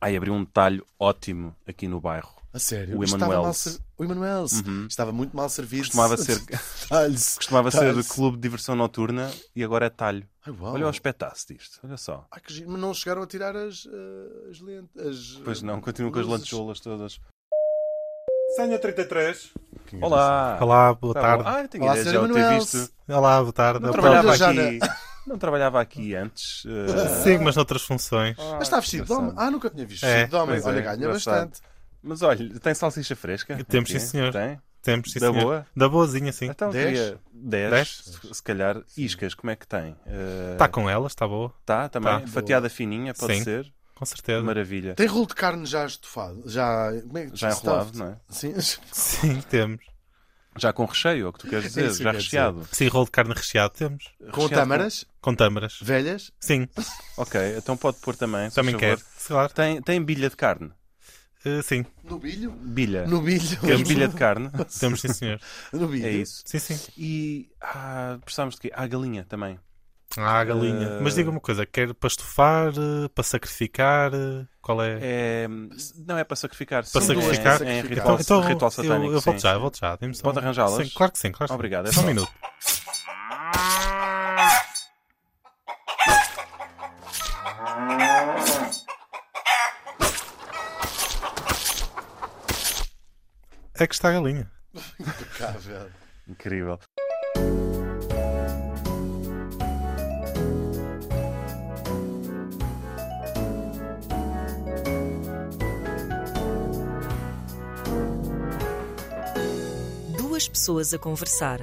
Ai, abriu um talho ótimo aqui no bairro. A sério? O Estava Emanuel. mal ser- O Emanuel estava muito mal servido. Costumava ser- Talhos. Costumava ser Talhos. clube de diversão noturna e agora é talho. Ai, uau. Olha o espetaço disto, olha só. Ai, que giro. Mas não chegaram a tirar as, eh, as lentes. as, eh, Pois não, continuo com as luzes. lancholas todas. Senha 33. Olá! Olá, boa Tá tarde. bom. Ah, eu tinha Olá, ideia de Sr. já o ter Manuel. visto. Olá, boa tarde. Não Eu trabalhava, próprio- já aqui, não trabalhava aqui antes. eh, Sim, mas noutras funções. Mas está vestido de homem. Ah, nunca tinha visto É, vestido de homem. pois é, Olha, ganha engraçado. bastante. Mas olha, tem salsicha fresca? Temos, sim, Aqui? senhor. Tem? Temos, sim, Da senhor. boa? Da boazinha, sim. Então Dez? queria 10, Dez? se- se calhar. Iscas, como é que tem? Eh, Está Tá com elas, está boa. tá também? tá. Fatiada fininha, pode Sim. ser? Com certeza. Maravilha. Tem rolo de carne já estufado. Já, como é que- Já enrolado, não é? Sim. Sim, temos. Já com recheio, é o que tu queres dizer, isso que já eu quero recheado. Sim, rolo de carne recheado temos. Com Recheado tâmaras Com tâmaras. velhas. Sim, Ok, então pode pôr também. se também por quero. favor. Claro. Tem, tem bilha de carne? Eh, sim, No bilho. Bilha. No bilho. Temos é bilha de carne? temos, sim, senhor. No bilho. É isso. Sim, sim. E ah, precisamos de quê? Ah, galinha também. Ah, a Eh, galinha. Mas diga uma coisa, quer para estufar, eh, para sacrificar, eh, qual é? É, não é para sacrificar. Para sim, sacrificar? É, é em Então- ritual, um ritual satânico. eu, eu volto sim. já, eu volto já. Dê-me só Pode um- arranjá-las? Sim, claro que sim, claro. que sim. Obrigado, é Só um só. minuto. É que está a galinha. Impecável. Incrível. Então, Duas pessoas a conversar,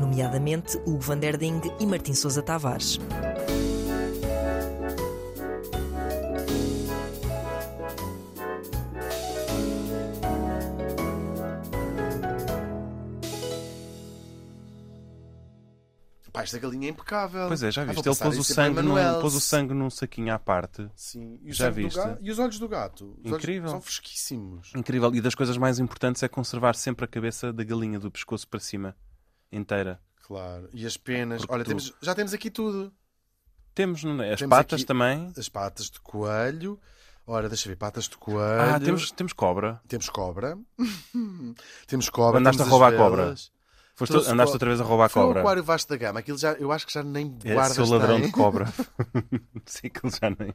nomeadamente Hugo van der Ding e Martim Sousa Tavares. Pá, esta galinha é impecável. Pois é, já Ah, vou viste. Ele passar pôs o, isso é para sangue num, Manuel. pôs o sangue num saquinho à parte. Sim. E o Já sangue do viste? gato- E os olhos do gato. Os olhos Incrível. São fresquíssimos. Incrível. E das coisas mais importantes é conservar sempre a cabeça da galinha, do pescoço para cima, inteira. Claro. E as penas. Porque Olha, tu- temos- já temos aqui tudo. Temos não é? as Temos patas aqui- também. As patas de coelho. Ora, deixa eu ver. Patas de coelho. Ah, temos, temos cobra. Temos cobra. temos cobra. Andaste temos a roubar as a cobra. velas. Foste- Trouxe andaste co- outra vez a roubar a Foi o cobra. aquário vasto da gama. Aquilo já, eu acho que já nem É guardas seu ladrão tem. de cobra. Sim, aquilo já nem.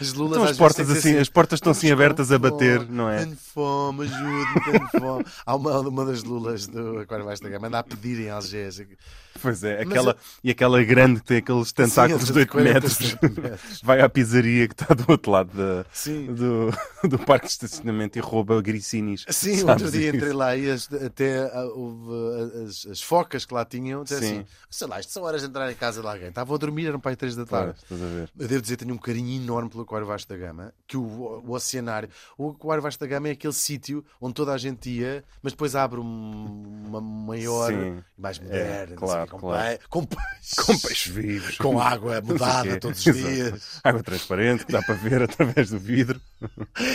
As lulas Então às as vezes portas, têm que ser assim, as portas estão assim "Estamos abertas com a bater, fome, não é? Tenho fome, ajude-me, tenho fome. Há uma, uma das lulas do aquário vasto da gama. Anda a pedir em Algésica. Pois é, Mas aquela, e aquela grande que tem aqueles tentáculos essa de de 8 40 metros. centímetros. Vai à pizzaria que está do outro lado da- Sim. do, do parque de estacionamento e rouba gricinis. Sim, Sabes outro dia isso? entrei lá e as- até ah, houve ah, as, as focas que lá tinham. Dizem Sim. assim: sei lá, isto são horas de entrar em casa de alguém. Estavam a dormir, eram para aí 3 da Claro, tarde. estás a ver. Eu devo dizer, tenho um carinho enorme pelo Aquário Vasco da Gama, que o, o oceanário. O Aquário Vasco da Gama é aquele sítio onde toda a gente ia, mas depois abre um- uma maior, Sim. É, mais moderna, não claro, sei, com, claro. pe- com peixe, Com peixes vivos. com água Não sei o mudada quê. todos os Exato. dias. Água transparente, que dá para ver através do vidro.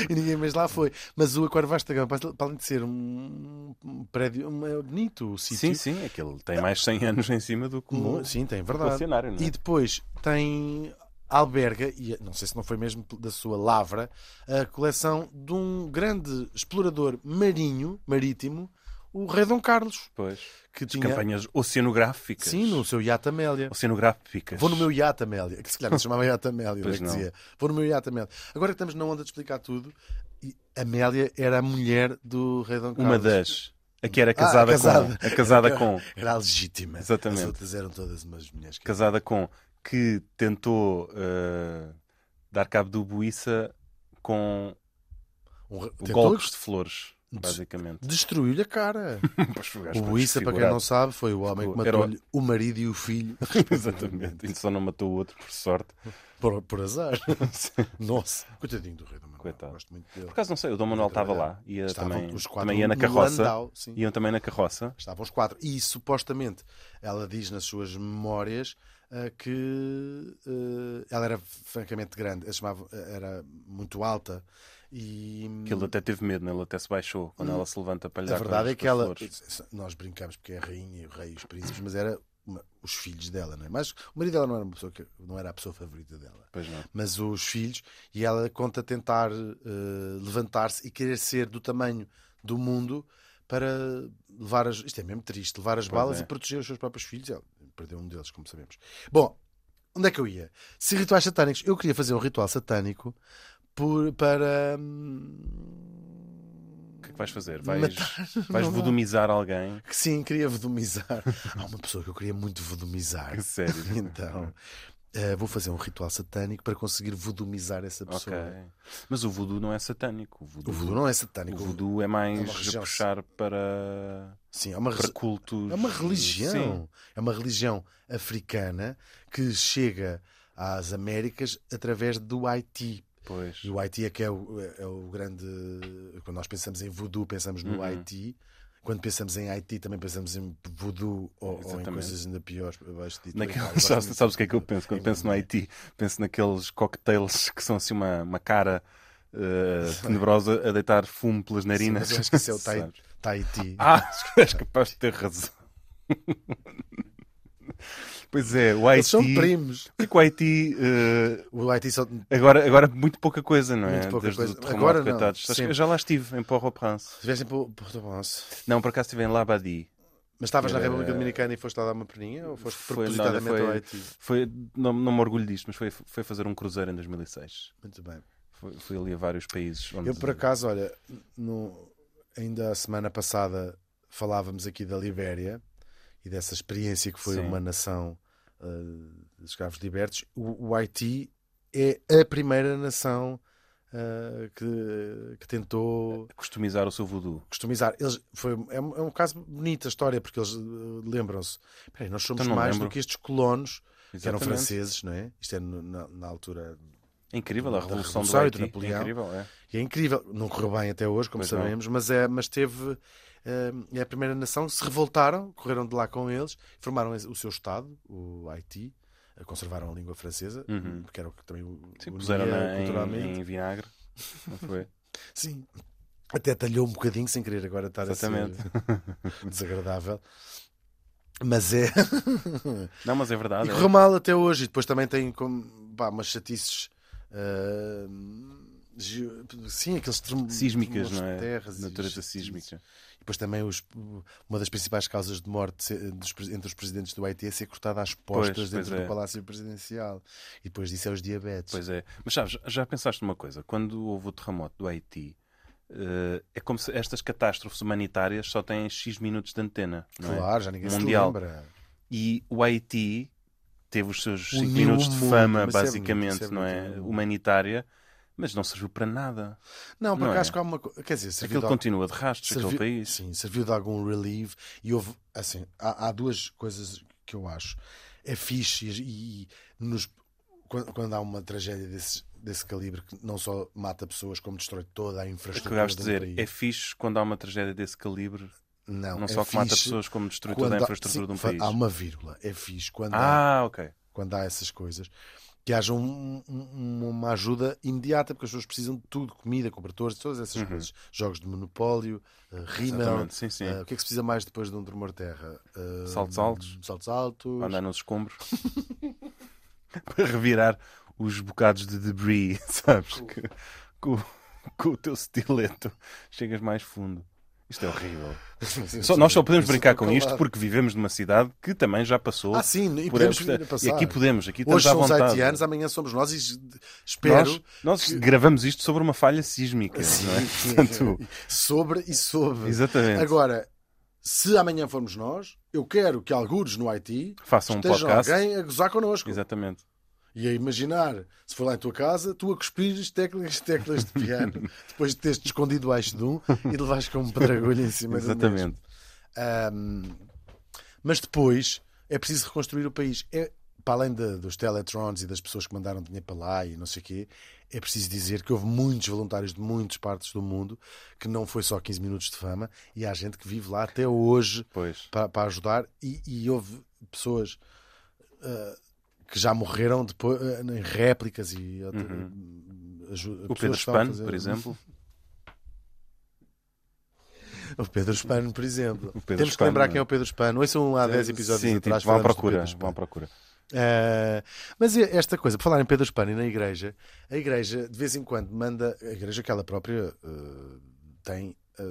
E ninguém mais lá foi. Mas o Aquário Vasco da Gama, para para além de ser um um prédio um- é bonito, o Sim, sítio. sim, aquele tem mais 100 anos em cima do que o Mo- Sim, tem, o verdade. cenário, não é? E depois tem alberga, e não sei se não foi mesmo da sua lavra, a coleção de um grande explorador marinho, marítimo, o rei Dom Carlos, Depois, que tinha... campanhas oceanográficas. Sim, no seu iate Amélia. Oceanográficas. Vou no meu iate Amélia, que se calhar não se chamava iate Amélia, Pois é que não. dizia. Vou no meu iate Amélia. Agora que estamos na onda de explicar tudo, e Amélia era a mulher do rei Dom Carlos. Uma das. A que era Ah, casada, casada. com. A casada com. Era a legítima. Exatamente. As outras eram todas umas mulheres. que- Casada com. Que tentou eh, dar cabo do Buíça com Um re- tentou- golpes de flores, basicamente. Destruiu-lhe a cara. Pois, o gajo O foi Issa, para quem não desfigurado. sabe, foi o homem que Ficou- era o- matou-lhe o marido e o filho Exatamente. E só não matou o outro, por sorte. por, por azar. Sim. Nossa, coitadinho do rei do Manuel. Coitado. Gosto muito dele. Por acaso não sei, o Dom Manuel estava lá. Ia Estavam também, os quatro também ia na no carroça. Landau, sim. Iam também na carroça. Estavam os quatro. E supostamente ela diz nas suas memórias ah, que ah, ela era francamente grande, ela chamava, eh, era muito alta. E Que ele até teve medo, né? ele até se baixou quando ela se levanta para lhe dar Hum. a verdade com as- é que com as ela. flores. Nós brincamos porque é a rainha e o rei e os príncipes, mas era uma- os filhos dela, não é? Mas o marido dela não era, uma pessoa que, não era a pessoa favorita dela. Pois não. Mas os filhos, e ela conta tentar eh, levantar-se e querer ser do tamanho do mundo para levar as. Isto é mesmo triste, levar as Pois balas é. e proteger os seus próprios filhos. Ela perdeu um deles, como sabemos. Bom, onde é que eu ia? Se rituais satânicos, eu queria fazer um ritual satânico por- para. hum, O que é que vais fazer? Vais, Matar. vais Não dá. vodomizar alguém? que sim, queria vedomizar. Há uma pessoa que eu queria muito vedomizar. Sério? Então, eh, vou fazer um ritual satânico para conseguir vedomizar essa Ok. pessoa. Mas o voodoo não é satânico. O voodoo, O voodoo não é o satânico. voodoo é É mais uma religião. a puxar para, Sim, é uma, para re- cultos. é uma Sim. religião. É uma religião africana que chega às Américas através do Haiti. Pois. E o Haiti é que é o, é o grande. Quando nós pensamos em voodoo, pensamos no Uhum. Haiti. Quando pensamos em Haiti, também pensamos em voodoo ou, ou em Exatamente. coisas ainda piores. abaixo dito. Naquela, Eu gosto sabes, muito sabes o que é que eu de- penso? Quando em penso no voodoo. Haiti, penso naqueles cocktails que são assim uma, uma cara eh, tenebrosa a deitar fumo pelas narinas. mas eu acho que esse é o Sabes? Tahiti. Tahiti. Ah, és capaz de ter razão. pois é, o Eles Haiti. são primos. Porque o Haiti eh, O Haiti só. Se agora, agora muito pouca coisa, não é? Muito pouca Desde coisa. o terremoto, Agora não, coitados. Acho que sempre. eu já lá estive, em Port-au-Prince. tivessem para o Porto Afonso. Não, por acaso estive em Labadie. Mas estavas na Era- República Dominicana e foste lá dar uma perninha? Ou foste Foi- propositadamente olha, foi- ao Haiti? Foi, não, não me orgulho disto, mas foi, foi fazer um cruzeiro em 2006. Muito bem. Fui, fui ali a vários países. Onde... Eu, por acaso, olha, no- ainda a semana passada falávamos aqui da Libéria e dessa experiência que foi Sim. uma nação ah, de escravos libertos. O, o Haiti é a primeira nação ah, que, que tentou Customizar o seu voodoo. customizar. Eles, foi, é, um, é um caso bonito a história, porque eles eh, lembram-se. Peraí, nós somos Então não mais lembro. do que estes colonos que um eram Exatamente. franceses, não é? Isto é no- na, na altura. É incrível a Da revolução do Revolução e do Haiti. Napoleão. É incrível, é. E é incrível. Não correu bem até hoje, como Pois não. sabemos, mas, é, mas teve. eh, É a primeira nação que se revoltaram, correram de lá com eles, formaram esse- o seu Estado, o Haiti, eh, conservaram a língua francesa, Uhum. porque era o que também o Sim, unia puseram na, culturalmente. em, em vinagre. Não foi? Sim. Até talhou um bocadinho sem querer agora estar Exatamente. a ser desagradável. Mas é. Não, mas é verdade. e é. correu mal até hoje. E depois também tem como, pá, umas chatices. ah, geo- Sim, aqueles trem- Sísmicas, tremores não é? de terras e Natureza chatices. sísmica. E depois também os- uma das principais causas de morte se- dos pres- entre os presidentes do Haiti é ser cortada às Pois, postas dentro pois é. do Palácio Presidencial. E depois disso é os diabetes. Pois é. Mas sabes, já pensaste numa coisa? Quando houve o terremoto do Haiti, eh, é como se estas catástrofes humanitárias só têm X minutos de antena. Não é? claro, já ninguém Mundial. se lembra. E o Haiti teve os seus 5 Uniu minutos o de mundo. fama, Mas isso é basicamente, bonito, isso é não bonito, é? é bonito. Humanitária, mas não serviu para nada. Não, por Não acaso é? acho que há uma coisa. Quer dizer, serviu Aquilo de al- continua de rastros, aquele Servi- país. Sim, serviu de algum relief e houve, assim, há, há duas coisas que eu acho. É fixe e, e nos, quando, quando há uma tragédia desse, desse calibre que não só mata pessoas, como destrói toda a É que eu infraestrutura gosto de de um dizer, país. é fixe quando há uma tragédia desse calibre, não, não, é só que mata fixe pessoas, como destrui quando toda a há- infraestrutura sim, de um fa- país. Há uma vírgula, é fixe quando, há, Ah, ok. quando há essas coisas. Que haja um- um- uma ajuda imediata, porque as pessoas precisam de tudo: comida, cobertores, todas essas Uhum. coisas. Jogos de monopólio, uh, rímel, Exatamente, sim, sim. Ah, o que é que se precisa mais depois de um tremor de terra? Ah, Saltos altos. Saltos altos. Para andar nos escombros. para revirar os bocados de debris, sabes? Que, com, com o teu estileto chegas mais fundo. Isto é horrível. Só- nós só podemos Eu sou brincar com calado. isto porque vivemos numa cidade que também já passou. Ah, sim, e por podemos esta- vir a passar. e aqui podemos, aqui estamos Hoje à são os vontade. haitianos, amanhã somos nós e es- espero. nós nós gravamos isto sobre uma falha sísmica, não é? Sim. Portanto, Sobre e sobre. exatamente. Agora, se amanhã formos nós, eu quero que algures no Haiti Façam um estejam podcast. alguém a gozar connosco. Exatamente. E a imaginar, se for lá em tua casa, tu a cuspires teclas, teclas de piano, depois de teres escondido baixo de um e levares com um pedregulho em cima da mesa. Exatamente. Um, mas depois é preciso reconstruir o país. É, para além de- dos teletrons e das pessoas que mandaram dinheiro para lá e não sei o quê, é preciso dizer que houve muitos voluntários de muitas partes do mundo que não foi só 15 minutos de fama e há gente que vive lá até hoje Pois. para, para ajudar e, e houve pessoas ah, que já morreram depois, ah, em réplicas e outra- aju- Uhum. O pessoas que Pedro estavam a Spano, fazer- por exemplo. O Pedro Spano, por exemplo. Pedro Temos que Spano, lembrar não é? quem é o Pedro Spano. Ou são há 10 episódios Sim, atrás. tipo, vão à falámos do procura. Pedro Spano. Vão à procura. Ah, mas e- esta coisa, por falar em Pedro Spano e na igreja, a igreja de vez em quando manda, a igreja que ela própria ah, tem ah,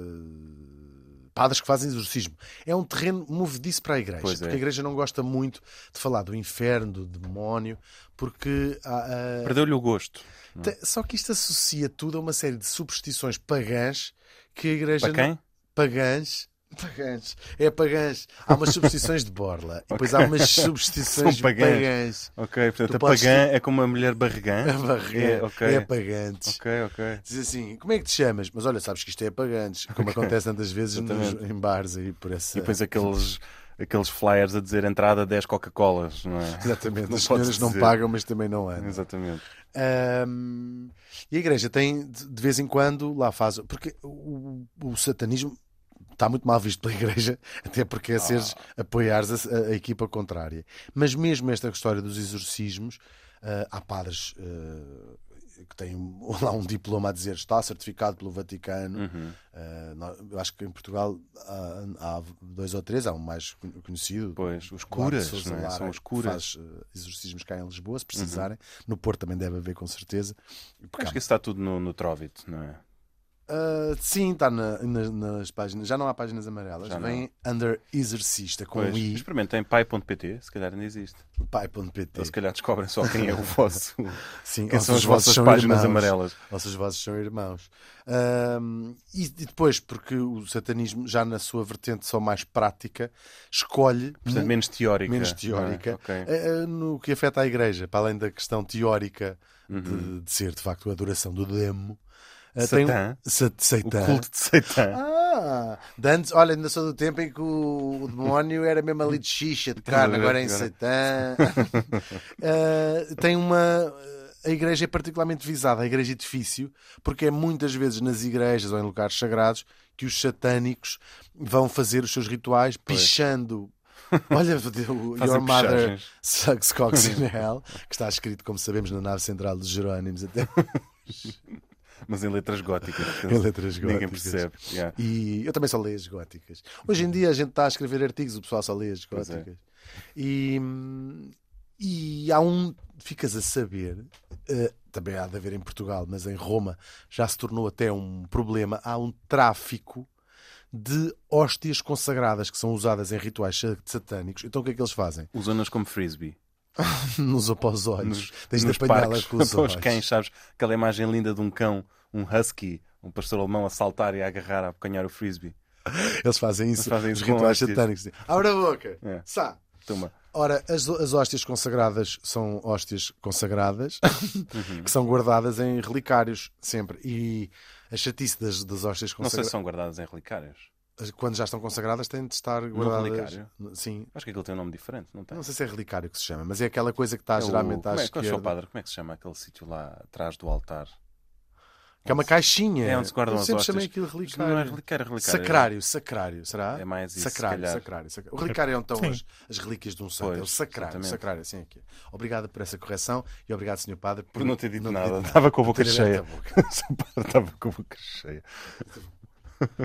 padres que fazem exorcismo. É um terreno movediço para a igreja, Pois é. porque a igreja não gosta muito de falar do inferno, do demónio, porque há, ah, Perdeu-lhe o gosto. te- só que isto associa tudo a uma série de superstições pagãs que a igreja Para não- quem? pagãs. Pagãs. É pagãs. Há umas substituições de borla. E depois há umas substituições São pagãs. pagãs. Ok, Tu portanto, a podes- pagã é como a mulher barrigã. A barriga É, é, ok. pagantes. Ok, ok. Diz assim, como é que te chamas? Mas olha, sabes que isto é pagantes, como acontece tantas vezes nos, Exatamente. em bares aí por essa. E depois aqueles, aqueles flyers a dizer entrada 10 Coca-Colas, não é? Exatamente, Não as podes senhoras não dizer. pagam, mas também não andam. Exatamente. Ahm, e a igreja tem, de de vez em quando, lá faz. Porque o, o satanismo está muito mal visto pela igreja, até porque é seres apoiares a, a equipa contrária. Mas mesmo esta história dos exorcismos, ah, há padres. ah, que têm um- lá um diploma a dizer está certificado pelo Vaticano. Uhum. Ah, nó- eu acho que em Portugal há, há dois ou três, há um mais con- conhecido, Pois, os Eduardo curas, Sousa não é? Lara, São os que curas. Uhum. Faz eh, exorcismos cá em Lisboa, se precisarem. No Porto também deve haver, com certeza. Porque Acho há- que isso está tudo no, no Trovit, não é? Ah, sim, está na- na- nas páginas. Já não há páginas amarelas. Já não. Vem under exorcista, com Pois, i, experimentem pai.pt, se calhar ainda existe. pai.pt. Ou Então, se calhar descobrem só quem é o vosso. Sim, Quem ou são se as vossas são páginas irmãos. amarelas. Vossas vozes são irmãos. Ahm, e, e depois, porque o satanismo, já na sua vertente só mais prática, escolhe Portanto, mu- menos teórica. Hum? menos não é? teórica, Ok. eh, eh, no que afeta a igreja, para além da questão teórica de, de ser de facto a adoração do demo. eh, tem um- Uhum. Satã? Sa- O Satã. culto de Satã. Ah, de antes, olha, ainda sou do tempo em que o, o demónio era mesmo ali de xixa, de carne, a ver, agora é em agora. Satã. Ah, tem uma. A igreja é particularmente visada, a igreja edifício, porque é muitas vezes nas igrejas ou em lugares sagrados que os satânicos vão fazer os seus rituais pichando. Olha, o Fazem Your Mother pichagens. Sucks Cox in Hell, que está escrito, como sabemos, na nave central dos Jerónimos, até Mas em letras góticas. em letras góticas. Ninguém percebe. yeah. E eu também só leio as góticas. Hoje em dia a gente está a escrever artigos, o pessoal só lê as Pois é. góticas. E, e há um, ficas a saber, eh, também há de haver em Portugal, mas em Roma já se tornou até um problema. Há um tráfico de hóstias consagradas que são usadas em rituais sa- satânicos. Então o que é que eles fazem? Usam-nas como frisbee. Nos após olhos. nos, Tens de nos apanhá-las parques com os para os olhos. cães, sabes? Aquela imagem linda de um cão, um husky, um pastor alemão a saltar e a agarrar, a apanhar o frisbee. Eles fazem isso. fazem nos isso com rituais hóstias. satânicos. Abre a boca. É. Sá. Toma. Ora, as, as hóstias consagradas são hóstias consagradas Uhum. que são guardadas em relicários sempre. E a chatice das, das hóstias Não sei consagradas, se são guardadas em relicários. quando já estão consagradas, têm de estar guardadas. relicário? Sim. Acho que aquilo tem um nome diferente, não tem? Não sei se é relicário que se chama, mas é aquela coisa que está É o- geralmente à como é, qual é o seu esquerda. padre, como é que se chama aquele sítio lá atrás do altar? que é uma caixinha. É onde se guardam Eu as sempre chamei hóstias. aquilo de Isto Não é relicário. relicário, é relicário. Sacrário, sacrário, será? É mais isso, se sacrário, calhar. sacrário, sacrário. O relicário é então Sim. as, as relíquias de um santo. Pois, é o sacrário, exatamente. sacrário, assim aqui. Obrigado por essa correção e obrigado, senhor padre, Por não ter dito ter nada, estava com a boca Ter aberto cheia. a boca. Seu padre estava com a boca cheia.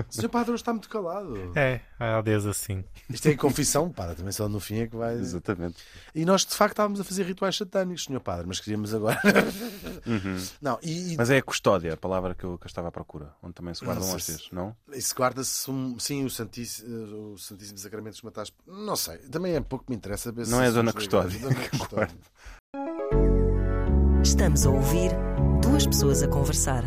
Senhor Padre hoje está muito calado. É, há 10 assim. Isto é confissão, Padre, também só no fim é que vai. Exatamente. E nós de facto estávamos a fazer rituais satânicos, Senhor Padre, mas queríamos agora. Uhum. Não, e, e- Mas é a custódia, a palavra que eu, que eu estava à procura, onde também se guardam Não sei hóstias, não? isso guarda-se, um- sim, o Santíssimo, o Santíssimo Sacramento dos Matais. Não sei, também é pouco que me interessa. ver se- Não é a se- Dona se- Custódia Dona que Custódia. guarda. Estamos a ouvir duas pessoas a conversar.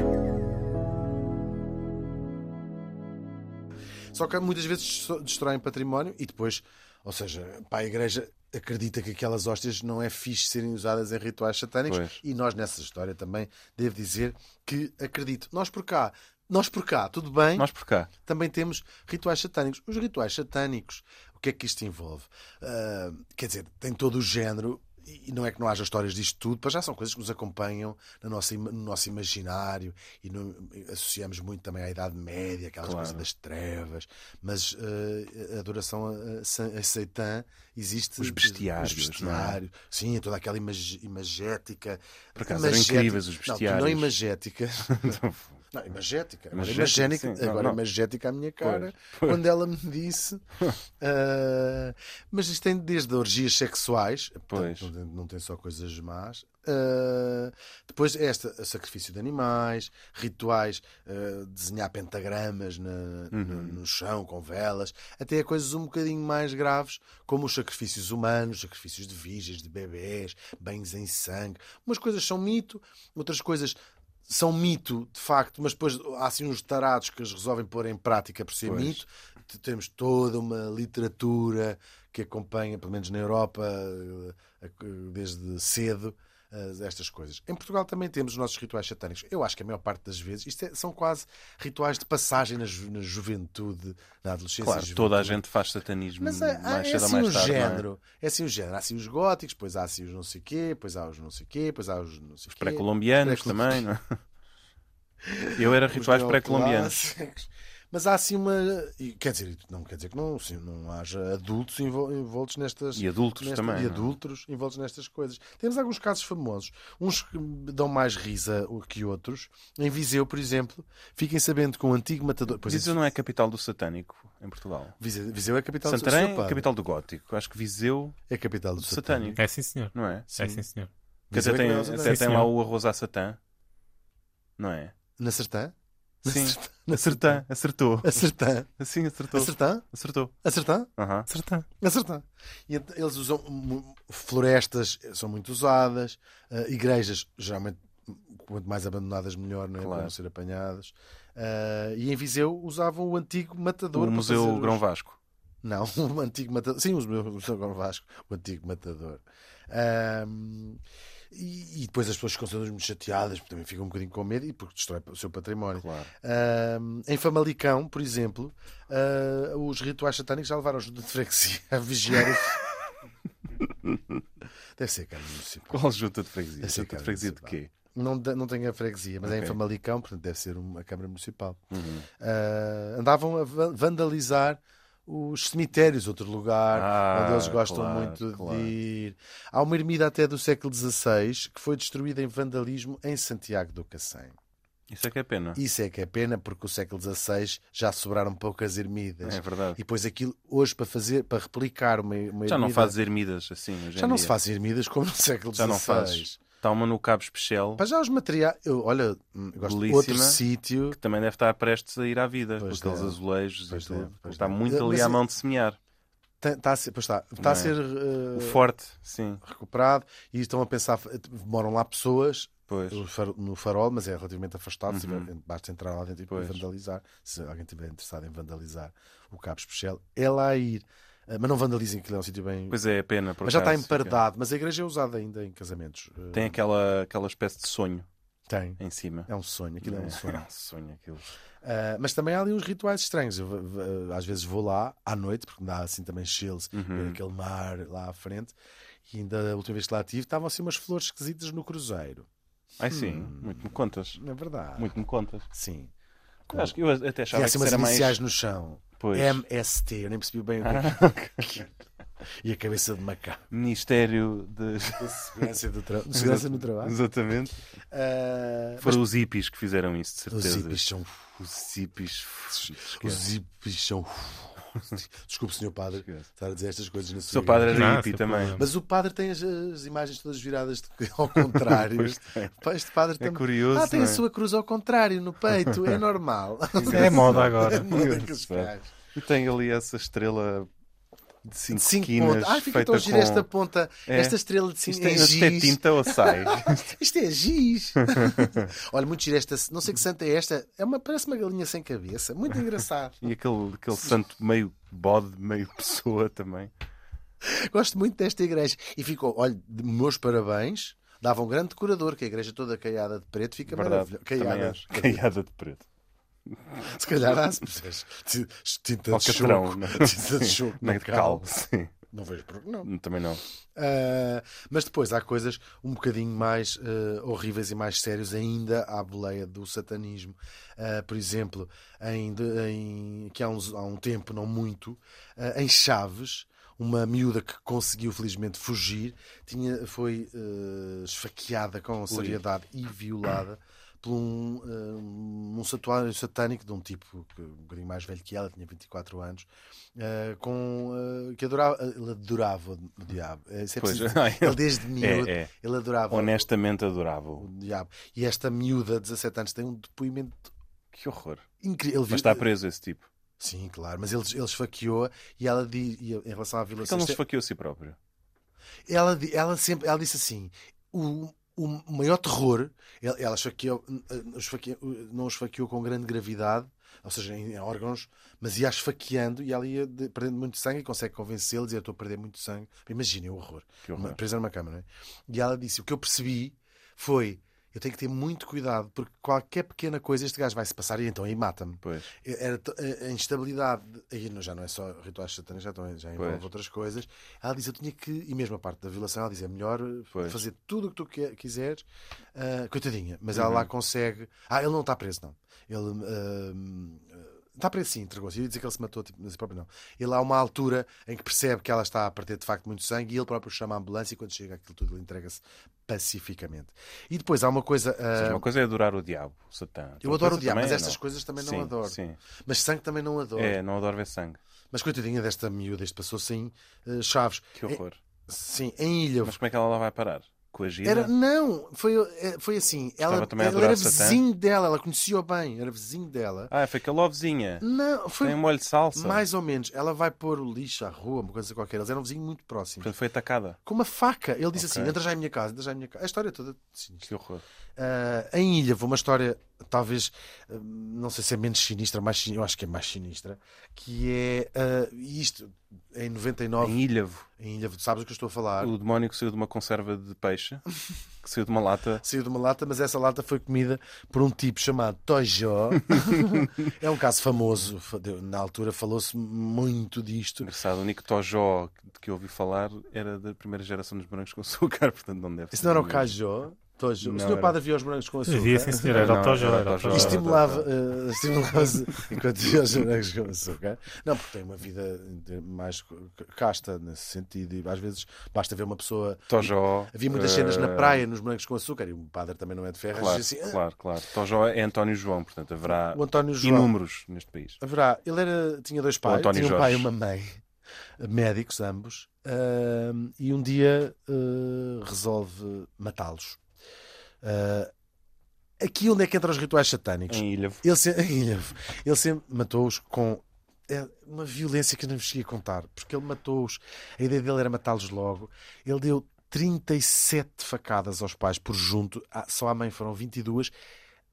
Só que muitas vezes so- destroem património e depois, ou seja, para a igreja acredita que aquelas hóstias não é fixe serem usadas em rituais satânicos Pois. e nós nessa história também devo dizer que acredito. Nós por cá, nós por cá, tudo bem, Nós por cá. também temos rituais satânicos. Os rituais satânicos, o que é que isto envolve? Ah, quer dizer, tem todo o género E não é que não haja histórias disto tudo, mas já são coisas que nos acompanham na nossa im- no nosso imaginário e no- associamos muito também à Idade Média, aquelas Claro. coisas das trevas. Mas eh, a adoração a, a Sa- a Satã existe. Os bestiários, é? Os bestiários. Sim, toda aquela imag- imagética. Por acaso, eram imagética- incríveis os Não, tu não bestiários. imagética. Não, imagética. Agora Imagética, imagénica, sim. Não, agora não. imagética à minha cara. Quando ela me disse. ah, mas isto tem desde orgias sexuais. Pois. portanto, Não, tem- não tem só coisas más. ah, depois, esta, sacrifício de animais, rituais, ah, desenhar pentagramas na- Uhum. no, no chão com velas, até a coisas um bocadinho mais graves, como os sacrifícios humanos, sacrifícios de virgens, de bebés, banhos em sangue. Umas coisas são mito, outras coisas são mito, de facto, mas depois há assim uns tarados que as resolvem pôr em prática por ser Pois. mito. T- Temos toda uma literatura que acompanha, pelo menos na Europa, eh, a- desde cedo, eh, estas coisas. Em Portugal também temos os nossos rituais satânicos. Eu acho que a maior parte das vezes, isto é- são quase rituais de passagem na, ju- na juventude, na adolescência. e Claro, toda a juventude. gente faz satanismo Mas é, há- mais é cedo ou assim mais um tarde. não é? género. É assim um género. Há assim os góticos, depois há assim os não sei quê, depois há os não sei quê, depois há os não sei Os quê. pré-colombianos Pré-colombianos. também, não é? Eu era os rituais pré-colombianos. neoclássicos. Mas há assim uma. e Quer dizer, não quer dizer que não, sim, não haja adultos envol- envoltos nestas. E adultos nesta- também, E não é? adultos envoltos nestas coisas. Temos alguns casos famosos. Uns que dão mais risa que outros. Em Viseu, por exemplo, fiquem sabendo que um antigo matador. Pois Viseu isso- não é a capital do satânico em Portugal. Viseu, Viseu é a capital do Santarém é Santarém a capital do gótico. Acho que Viseu, É a capital do do satânico. satânico, É sim, senhor. não é? É sim, senhor. Que Viseu até é tem, que não é o até satânico. tem Sim, lá senhor. o arroz à satã, não é? Na Sertã? Sim, Na acertã, acertou. A Sertã? Assim acertou. A Sertã? Acertou. A Sertã? Aham. Acertar. Acertar. E ent- eles usam mu- florestas, eh, são muito usadas, eh, igrejas, geralmente, quanto mais abandonadas, melhor, não é? Claro. Para não ser apanhadas. Eh, e em Viseu usavam o antigo matador. O para fazer Museu os- Grão Vasco. Não, o antigo matador. Sim, o Museu o Museu Grão Vasco, o antigo matador. Ahm, e, e depois as pessoas ficam todas muito chateadas, porque também ficam um bocadinho com medo e porque destrói o seu património. Claro. Ahm, em Famalicão, por exemplo, ah, os rituais satânicos já levaram a ajuda de freguesia a vigiar. os- Deve ser, cara, municipal. Qual junta de freguesia? Eu sei, Junta de cara, freguesia não de sei quê? Não, da- não tenho a freguesia, mas é em Ok. Famalicão, portanto deve ser uma Câmara Municipal. Uhum. Ah, andavam a va- vandalizar os cemitérios, outro lugar Ah, onde eles gostam claro, muito de claro. ir. Há uma ermida até do século XVI que foi destruída em vandalismo em Santiago do Cacém. Isso é que é pena. Isso é que é pena, porque o século XVI já sobraram poucas ermidas. É verdade. E depois aquilo, hoje, para fazer, para replicar uma, uma Já não ermida- fazes ermidas assim. hoje em Já não dia. se fazem ermidas como no século Já não XVI. fazes. Está uma no Cabo Especial, Mas já os materiais. eu- Olha, hum, eu gosto de Belíssima. outro sítio. que também deve estar prestes a ir à vida, Pois com aqueles deve. azulejos Pois e tudo. deve, pois está deve. muito Eh, ali mas à e- mão de semear. Está tá a ser, pois está, está Não a é? ser O eh, forte, sim. recuperado e estão a pensar. Moram lá pessoas Pois. no far- no farol, mas é relativamente afastado. se Uhum. tiver- Basta entrar lá dentro e Pois. vandalizar. Se alguém estiver interessado em vandalizar o Cabo Especial, é lá a ir. Eh, Mas não vandalizem aquilo, é um sítio bem. Pois é, é pena. por Mas já está acaso, empardado, mas a igreja é usada ainda em casamentos. Eh, fica- Tem aquela, aquela espécie de sonho Tem. em cima. É um sonho, aquilo é um sonho. É um sonho aquilo. Ah, mas também há ali uns rituais estranhos. Eu, v- v- ah, às vezes vou lá à noite, porque dá assim também chills, Uhum. ver aquele mar lá à frente. E ainda a última vez que lá estive, estavam assim umas flores esquisitas no cruzeiro. Ai sim, Hum. muito me contas. Não é verdade? Muito me contas. Sim. Eu acho que eu até E há achava que assim isso umas era mais. iniciais no chão. Pois. Ah, MST, eu nem percebi bem o que é que- E a cabeça de macaco. Ministério de. Segurança, do tra... Segurança no trabalho. Exatamente. Ah, Foram os hippies que fizeram isso, de os certeza. hippies são Os hippies. Esquece. Os hippies são. Desculpe, senhor padre, Esquece. estar a dizer estas coisas na sua. O seu padre igreja. era Não, hippie sem também. problema. Mas o padre tem as, as imagens todas viradas de- ao contrário. Pois Pá, este padre É também. curioso. ah, tem não a é? sua cruz ao contrário no peito, é normal. É moda agora. Manda aqueles Engraçado. gajos. E tem ali essa estrela de 5 De cinco quinas pontas. Ah, fica feita tão gira com... esta ponta, É. esta estrela de cinco Isto é, é isto é giz. tinta ou sai? Isto é giz. Olha, muito gira esta. Não sei que santa é esta. É uma, parece uma galinha sem cabeça. Muito engraçado. e aquele, aquele santo meio bode, meio pessoa também. Gosto muito desta igreja. E ficou, olha, de meus parabéns. Dava um grande decorador, que a igreja toda caiada de preto fica Verdade, maravilhosa. também Caiada. acho. Caiada de preto. Se calhar há se puseres ti- tinta de Alcatrão, choco. né? Tinta Sim, de choco meio na de cal. cal. Sim. Não vejo por... não. Também não. Ah, mas depois há coisas um bocadinho mais ah, horríveis e mais sérias ainda à boleia do satanismo. Ah, por exemplo, em, de- em- que há, uns- há um tempo, não muito, ah, em Chaves, uma miúda que conseguiu felizmente fugir tinha, foi ah, esfaqueada com seriedade e violada por um, ah, um santuário satânico de um tipo que, um bocadinho mais velho que ela, tinha 24 anos, ah, com, ah, que adorava, ele adorava o diabo. Eh, isso é Pois, preciso- ai, ele desde miúdo, é. ele adorava Honestamente adorável. o diabo. E esta miúda, 17 anos, tem um depoimento Que horror. incrível. Mas está preso esse tipo. Sim, claro, mas ele, ele esfaqueou e ela diz, e em relação à Porque violação É é ele não se sexual- esfaqueou a si próprio. ela, di- ela sempre ela disse assim o, o maior terror ela, ela esfaqueou, eh, esfaqueou- não os esfaqueou com grande gravidade ou seja, em órgãos, mas ia esfaqueando e ela ia de- perdendo muito sangue e consegue convencê-lo, dizer, estou a perder muito sangue. Imaginem o horror. Que horror. Uma- Presa numa cama, não é? E ela disse, o que eu percebi foi, eu tenho que ter muito cuidado, porque qualquer pequena coisa este gajo vai-se passar e então aí mata-me. Pois. Era t- a a instabilidade, de- aí não- já não é só rituais satânicos, já, estão, já envolve Pois. outras coisas. Ela diz: Eu tinha que, e mesmo a parte da violação, ela diz: É melhor eh, Pois. fazer tudo o que tu que- quiseres, Ah, coitadinha. Mas Uhum. ela lá consegue. Ah, ele não está preso, não. Ele ah, está preso sim, entregou-se. Eu ia dizer que ele se matou, tipo, mas próprio não. Ele há uma altura em que percebe que ela está a perder de facto muito sangue e ele próprio chama a ambulância e quando chega aquilo tudo, ele entrega-se pacificamente. E depois há uma coisa. ah, Ou seja, uma coisa é adorar o diabo, o Satã. eu Outra coisa adoro o diabo, também mas é estas não. coisas também Sim, não adoro. Sim. Mas sangue também não adoro. É, não adoro ver sangue. Mas coitadinha desta miúda, isto passou sim, eh, Chaves. Que horror. Eh, sim, em Ilha. Mas como é que ela lá vai parar? Coagida? Era, não, foi, eh, foi assim. Ela, Estava também a ela adorar era Satã. vizinho dela, ela conhecia-o bem, era vizinho dela. Ah, foi aquela ovezinha. Não, foi Tem um molho de salsa. mais ou menos. Ela vai pôr o lixo à rua, uma coisa qualquer. Eles eram vizinhos muito próximos. Portanto, foi atacada. Com uma faca. Ele disse Ok. assim: entra já em minha casa, entra já em minha casa. A história toda sinistra. Que horror. Ah, em Ilha, foi uma história, talvez, ah, não sei se é menos sinistra, mais, sin- eu acho que é mais sinistra, que é, ah, e isto, em 99, Em Ilhavo, em Ilha, sabes o que eu estou a falar? o demónio que saiu de uma conserva de peixe, que saiu de uma lata. Saiu de uma lata, mas essa lata foi comida por um tipo chamado Tojó. é um caso famoso. fa- de- Na altura falou-se muito disto. Engraçado, o único Tojó de que eu ouvi falar era da primeira geração dos brancos com açúcar, portanto não deve Isso ser não era o do mesmo. Cajó? Tojó. Não, O senhor era- padre via os brancos com açúcar. Havia, sim, senhor. Era Não, o Tojo. era o Era o Tojo. E é Tojo. estimulava, eh, estimulava-se enquanto via os brancos com açúcar. Não, porque tem uma vida de- mais casta nesse sentido. E às vezes basta ver uma pessoa. Tojó. Havia muitas cenas na eh, praia nos brancos com açúcar e o padre também não é de ferro. Claro, dizia assim, "Ah, claro, claro. Tojó é António João, portanto haverá o António João. inúmeros neste país. Haverá, É ele era, tinha dois O pais, António tinha um Jorge. pai e uma mãe, médicos ambos, ahm, e um dia ah, resolve matá-los. Ah, aqui onde é que entram os rituais satânicos? Em Ilhavo. Ele, se- ele sempre matou-os com é, uma violência que eu não vos ia contar, porque ele matou-os, a ideia dele era matá-los logo. Ele deu 37 facadas aos pais por junto, Ah, só à mãe foram 22.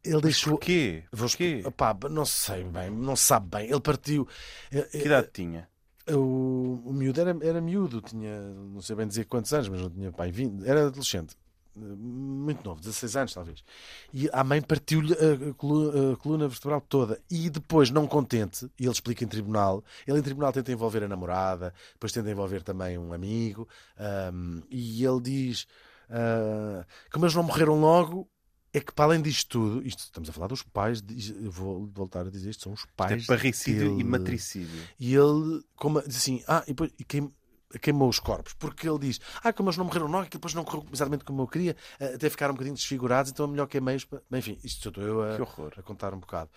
Ele deixou Porquê? Vou Porquê? expl- Opá, não sei bem, não sabe bem. Ele partiu. eh, eh, Que idade tinha? O, o miúdo era, era miúdo, tinha não sei bem dizer quantos anos, mas não tinha pai 20, era adolescente, eh, muito novo, 16 anos talvez. E a mãe partiu-lhe a coluna, a coluna vertebral toda. E depois, não contente, e ele explica em tribunal, ele em tribunal tenta envolver a namorada, depois tenta envolver também um amigo, ahm, e ele diz: ah, como eles não morreram logo. É que para além disto tudo, isto estamos a falar dos pais, de- eu vou voltar a dizer isto, são os pais. É parricídio e dele. matricídio. E ele como, diz assim: Ah, e depois e queim- queimou os corpos. Porque ele diz: Ah, como eles não morreram, não, aquilo depois não correu exatamente como eu queria, eh, até ficaram um bocadinho desfigurados, então é melhor queimei-os. para-" Bem, Enfim, isto só estou eu Que a, horror. a contar um bocado.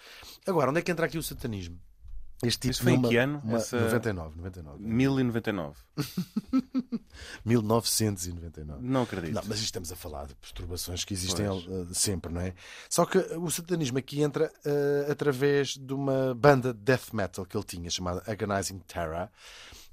Agora, onde é que entra aqui o satanismo? Este tipo Isso foi em numa- que ano? uma- Essa- 99, 99. 1099. 1999. Não acredito. Não, mas isto estamos a falar de perturbações que existem É Pois. eh, sempre, não é? Só que o satanismo aqui entra eh, através de uma banda de death metal que ele tinha, chamada Agonizing Terror,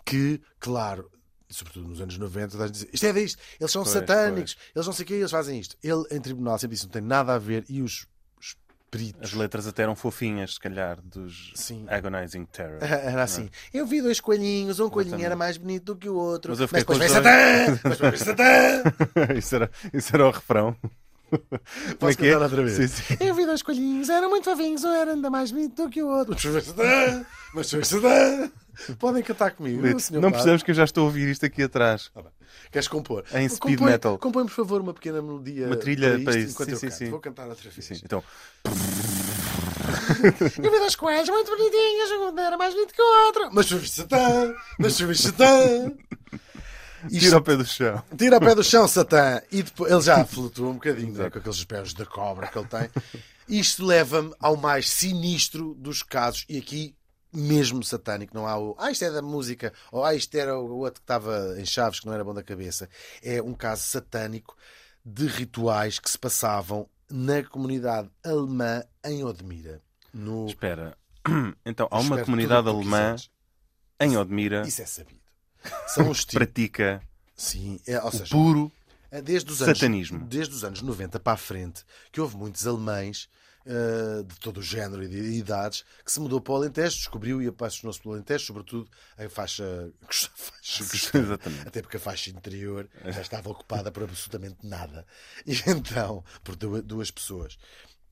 que, claro, sobretudo nos anos 90, toda a gente dizia, isto é disto, eles são Pois, satânicos, eles não sei o que, eles fazem isto. Ele, em tribunal, sempre disse, não tem nada a ver, e os os As peritos... letras até eram fofinhas, se calhar, dos Sim. Agonizing Terror. Era assim, eu vi dois coelhinhos, um coelhinho era mais bonito do que o outro, é? Mas eu fiquei depois com veio os Satã! Mas depois veio Satã! isso, era, isso era o refrão. Como Posso é que é? cantar outra vez? Sim, sim. Eu vi dois coelhinhos, eram muito fofinhos, um era ainda mais bonito do que o outro. Mas foi Satã! Mas foi Satã! Podem cantar comigo. Lito, senhor não padre. Ah, precisamos que eu já estou a ouvir isto aqui atrás. Queres compor? Em speed compõe, metal. Compõe, por favor, uma pequena melodia. Uma trilha isto, para isso. Enquanto Sim, eu sim, canto. sim. Vou cantar outra vez. Sim, então, Eu vi duas coelhas muito bonitinhas, a segunda era mais bonita que a outra. Mas tu viste Satã, mas tu viste Satã. Isto- tira o pé do chão. Tira o pé do chão, Satã. E depois, ele já flutua um bocadinho né, com aqueles pés da cobra que ele tem. Isto leva-me ao mais sinistro dos casos, e aqui mesmo satânico, não há o ah, isto é da música, ou ah, isto era o outro que estava em chaves que não era bom da cabeça. É um caso satânico de rituais que se passavam na comunidade alemã em Odmira. No... Espera. Então, há espero uma tudo comunidade o que tu alemã quiseres. em Odmira Isso é sabido. São os que tipos. pratica Sim, é, ou o seja, puro É, desde os Satanismo. Anos, desde os anos 90 para a frente, que houve muitos alemães eh, de todo o género e de idades que se mudou para o Alentejo, descobriu e apaixonou-se pelo Alentejo, sobretudo a faixa, a faixa costeira. Exatamente. É. Até porque a faixa interior já estava ocupada por absolutamente nada. E então, por du- duas pessoas.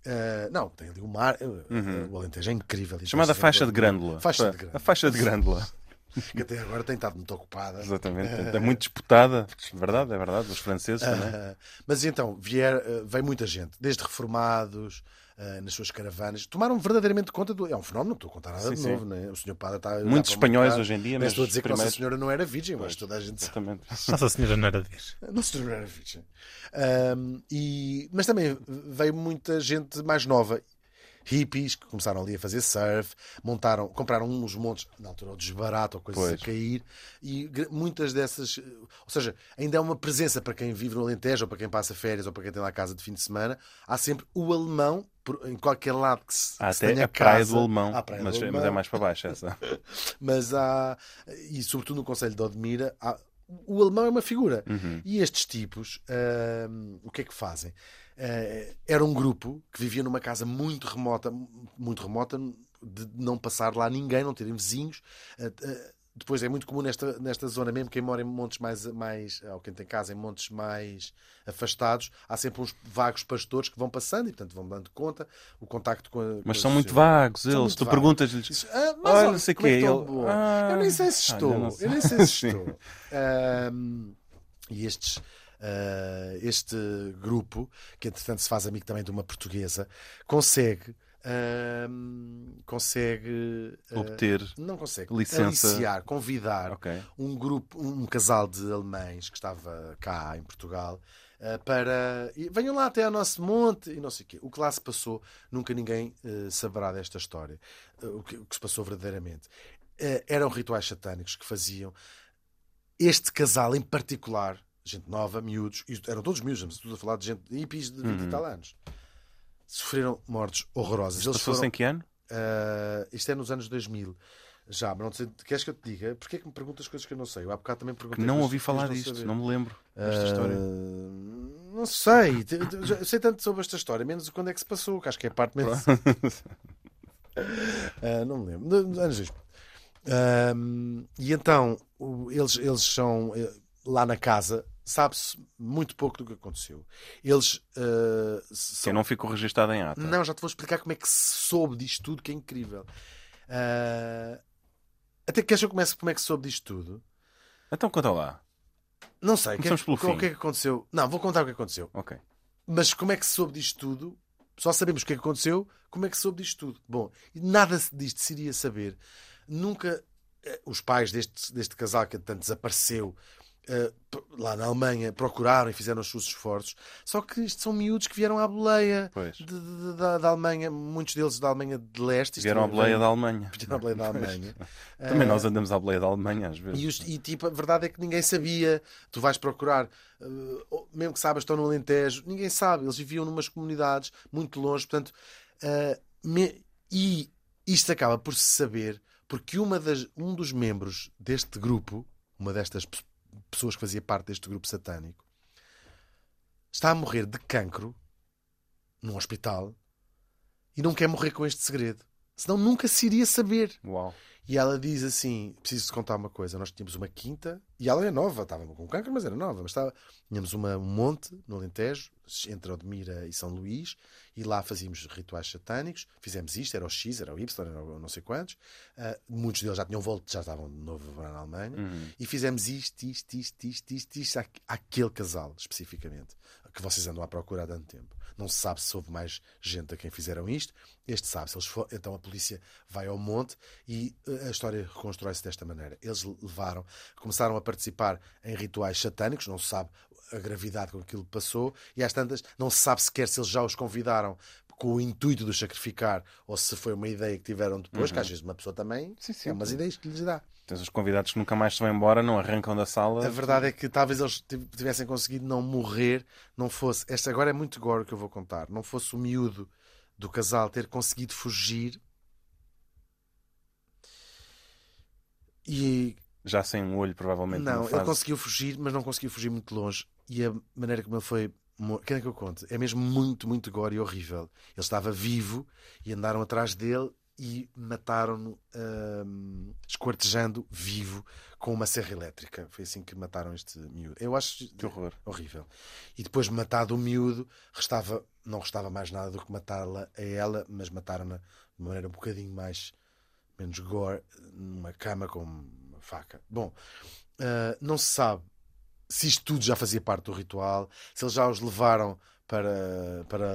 Eh, não, tem ali o mar. eh, O Alentejo é incrível. E Uhum. chamada parece- faixa de grândula. Faixa de grândula. A faixa de grândula. Que até agora tem estado muito ocupada. Exatamente. É muito disputada. Verdade, é verdade. Os franceses também. Ah, mas então, vier, ah, vem muita gente, desde reformados, ah, nas suas caravanas, tomaram verdadeiramente conta do. É um fenómeno, não estou a contar nada Sim, de sim. novo, né? O senhor Padre está. Muitos dá para espanhóis mostrar. hoje em dia, Não mas estou a dizer que primeiro- Nossa Senhora não era virgem, mas toda a gente sabe. Exatamente. Nossa Senhora não era disso. Nossa Senhora não era virgem. Ahm, e, mas também veio muita gente mais nova. Hippies que começaram ali a fazer surf, montaram, compraram uns montes, na altura o desbarato ou coisas Pois. a cair, e gr- muitas dessas, eh, ou seja, ainda é uma presença para quem vive no Alentejo, ou para quem passa férias, ou para quem tem lá casa de fim de semana. Há sempre o alemão, por- em qualquer lado que se, Há que se até tenha a praia casa, do alemão. há a praia do mas, mas é alemão mais para baixo essa. mas há, e sobretudo no Conselho de Odmira, há- o alemão é uma figura. Uhum. E estes tipos, hum, o que é que fazem? Eh, era um grupo que vivia numa casa muito remota, muito remota, de não passar lá ninguém, não terem vizinhos. Eh, eh, depois é muito comum nesta, nesta zona, mesmo quem mora em montes mais, mais. ou quem tem casa em montes mais afastados, há sempre uns vagos pastores que vão passando e, portanto, vão dando conta. O contacto com a. com Mas a são muito sociedade. vagos São eles. muito Tu vagos. perguntas-lhes. Ah, mas Olha, olha, não sei como é quê, que estou ele- de boa? Ah, eu nem sei se olha, estou. não sei. Eu nem sei se Sim. estou. Ahm, e estes, ah, este grupo, que entretanto se faz amigo também de uma portuguesa, consegue. ahm, consegue. ah, Obter. não consegue. licença. Aliciar, convidar Ok. um grupo, um casal de alemães que estava cá em Portugal eh, para e venham lá até ao nosso monte e não sei o quê. O que lá se passou, nunca ninguém eh, saberá desta história, eh, o, que, o que se passou verdadeiramente. Eh, eram rituais satânicos que faziam este casal em particular, gente nova, miúdos, e eram todos miúdos, estamos tudo a falar de gente hippies de Uhum. 20 e tal anos. Sofreram mortes horrorosas. Eles Passou-se foram, em que ano? Uh, isto é nos anos 2000. Já, mas não sei, queres que eu te diga? Porquê é que me perguntas coisas que eu não sei? Eu há bocado também Que perguntei. não coisas ouvi que falar quis disto. saber. Eh, Não me lembro desta história. Uh, Não sei. Te- te- já- Eu sei tanto sobre esta história, menos quando é que se passou, que acho que é parte menos. Uh, não me lembro. Nos anos 2000. Um, e então, o- eles, eles são eh, lá na casa, sabe-se muito pouco do que aconteceu. Eles uh, Que é são não ficou registado em ata. não, já te vou explicar como é que se soube disto tudo, que é incrível. Ah, Até que queres que eu comece como é que se soube disto tudo? Então conta lá. Não sei. o que é- Começamos pelo qual- fim. O que é que aconteceu? Não, vou contar o que aconteceu. Ok. Mas como é que se soube disto tudo? Só sabemos o que é que aconteceu, como é que se soube disto tudo? Bom, e nada se- disto se iria saber. Nunca eh, os pais deste, deste casal que tanto desapareceu eh, p- lá na Alemanha procuraram e fizeram os seus esforços. Só que isto são miúdos que vieram à boleia Pois. de- de- de- da, da Alemanha, muitos deles da Alemanha de leste. Isto Vieram à vem- boleia vem- da Alemanha. é vieram à boleia da Alemanha. Também nós andamos à boleia da Alemanha às vezes. E, os- e, tipo, a verdade é que ninguém sabia. Tu vais procurar, eh, ou- mesmo que sabes, estão no Alentejo, ninguém sabe. Eles viviam numas comunidades muito longe, portanto. eh, me- e isto acaba por se saber porque uma das, um dos membros deste grupo, uma destas pe- pessoas que fazia parte deste grupo satânico, está a morrer de cancro num hospital e não quer morrer com este segredo. Senão nunca se iria saber. Uau. E ela diz assim: preciso te contar uma coisa. Nós tínhamos uma quinta, e ela é nova, estava com cancro, mas era nova. Mas estava, tínhamos uma, um monte no Alentejo, entre Odmira e São Luís, e lá fazíamos rituais satânicos. Fizemos isto, era o X, era o Y, era o não sei quantos. Ah, muitos deles já tinham voltado, já estavam de novo na Alemanha. E fizemos isto, isto, isto, isto, isto, isto, àque- àquele casal, especificamente, que vocês andam à procura há tanto tempo. Não se sabe se houve mais gente a quem fizeram isto. Este sabe. Se eles for... Então a polícia vai ao monte e eh, a história reconstrói-se desta maneira. Eles levaram, começaram a participar em rituais satânicos, não se sabe a gravidade com que aquilo passou, e às tantas não se sabe sequer se eles já os convidaram com o intuito de os sacrificar ou se foi uma ideia que tiveram depois, que às vezes uma pessoa também Uhum. Sim, sim. tem umas ideias que lhes dá. Tens os convidados que nunca mais se vão embora, não arrancam da sala. A verdade é que talvez eles tiv- tivessem conseguido não morrer, não fosse. Esta agora é muito gore o que eu vou contar. Não fosse o miúdo do casal ter conseguido fugir e Já sem um olho, provavelmente. é não, numa ele fase. conseguiu fugir, mas não conseguiu fugir muito longe. E a maneira como ele foi. mo- Querem que eu conte? É mesmo muito, muito gore e horrível. Ele estava vivo e andaram atrás dele e mataram-no, hum, esquartejando vivo com uma serra elétrica. Foi assim que mataram este miúdo. Eu acho Que horror. horrível. E depois, matado o miúdo, restava, não restava mais nada do que matá-la a ela, mas mataram-na de uma maneira um bocadinho mais menos gore, numa cama com uma faca. Bom, ah, não se sabe se isto tudo já fazia parte do ritual, se eles já os levaram para, para,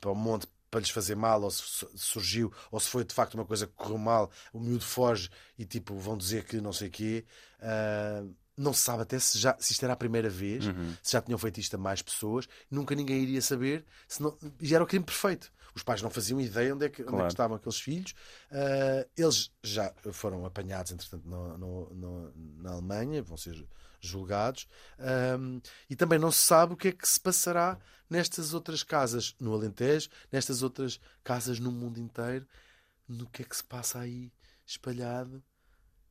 para o monte para lhes fazer mal, ou se su- surgiu, ou se foi de facto uma coisa que correu mal, o miúdo foge e tipo vão dizer que não sei quê. Ah, não se sabe até se, já, se isto era a primeira vez, se já tinham feito isto a mais pessoas, nunca ninguém iria saber, se não- e era o crime perfeito. Os pais não faziam ideia onde é que, onde é que Claro. estavam aqueles filhos. Ah, eles já foram apanhados, entretanto, no- no- no- na Alemanha, vão ser julgados. Ah, Ahm, e também não se sabe o que é que se passará nestas outras casas no Alentejo, nestas outras casas no mundo inteiro, no que é que se passa aí espalhado.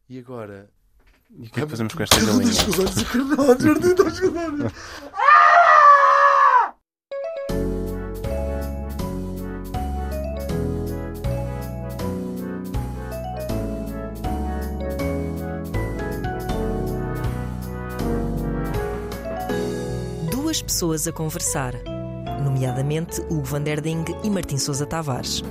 E agora? E o que é que fazemos com esta galinha? Os olhos acordados, Arthur, dos olhos. Duas pessoas a conversar, nomeadamente Hugo Van Der Ding e Martim Sousa Tavares.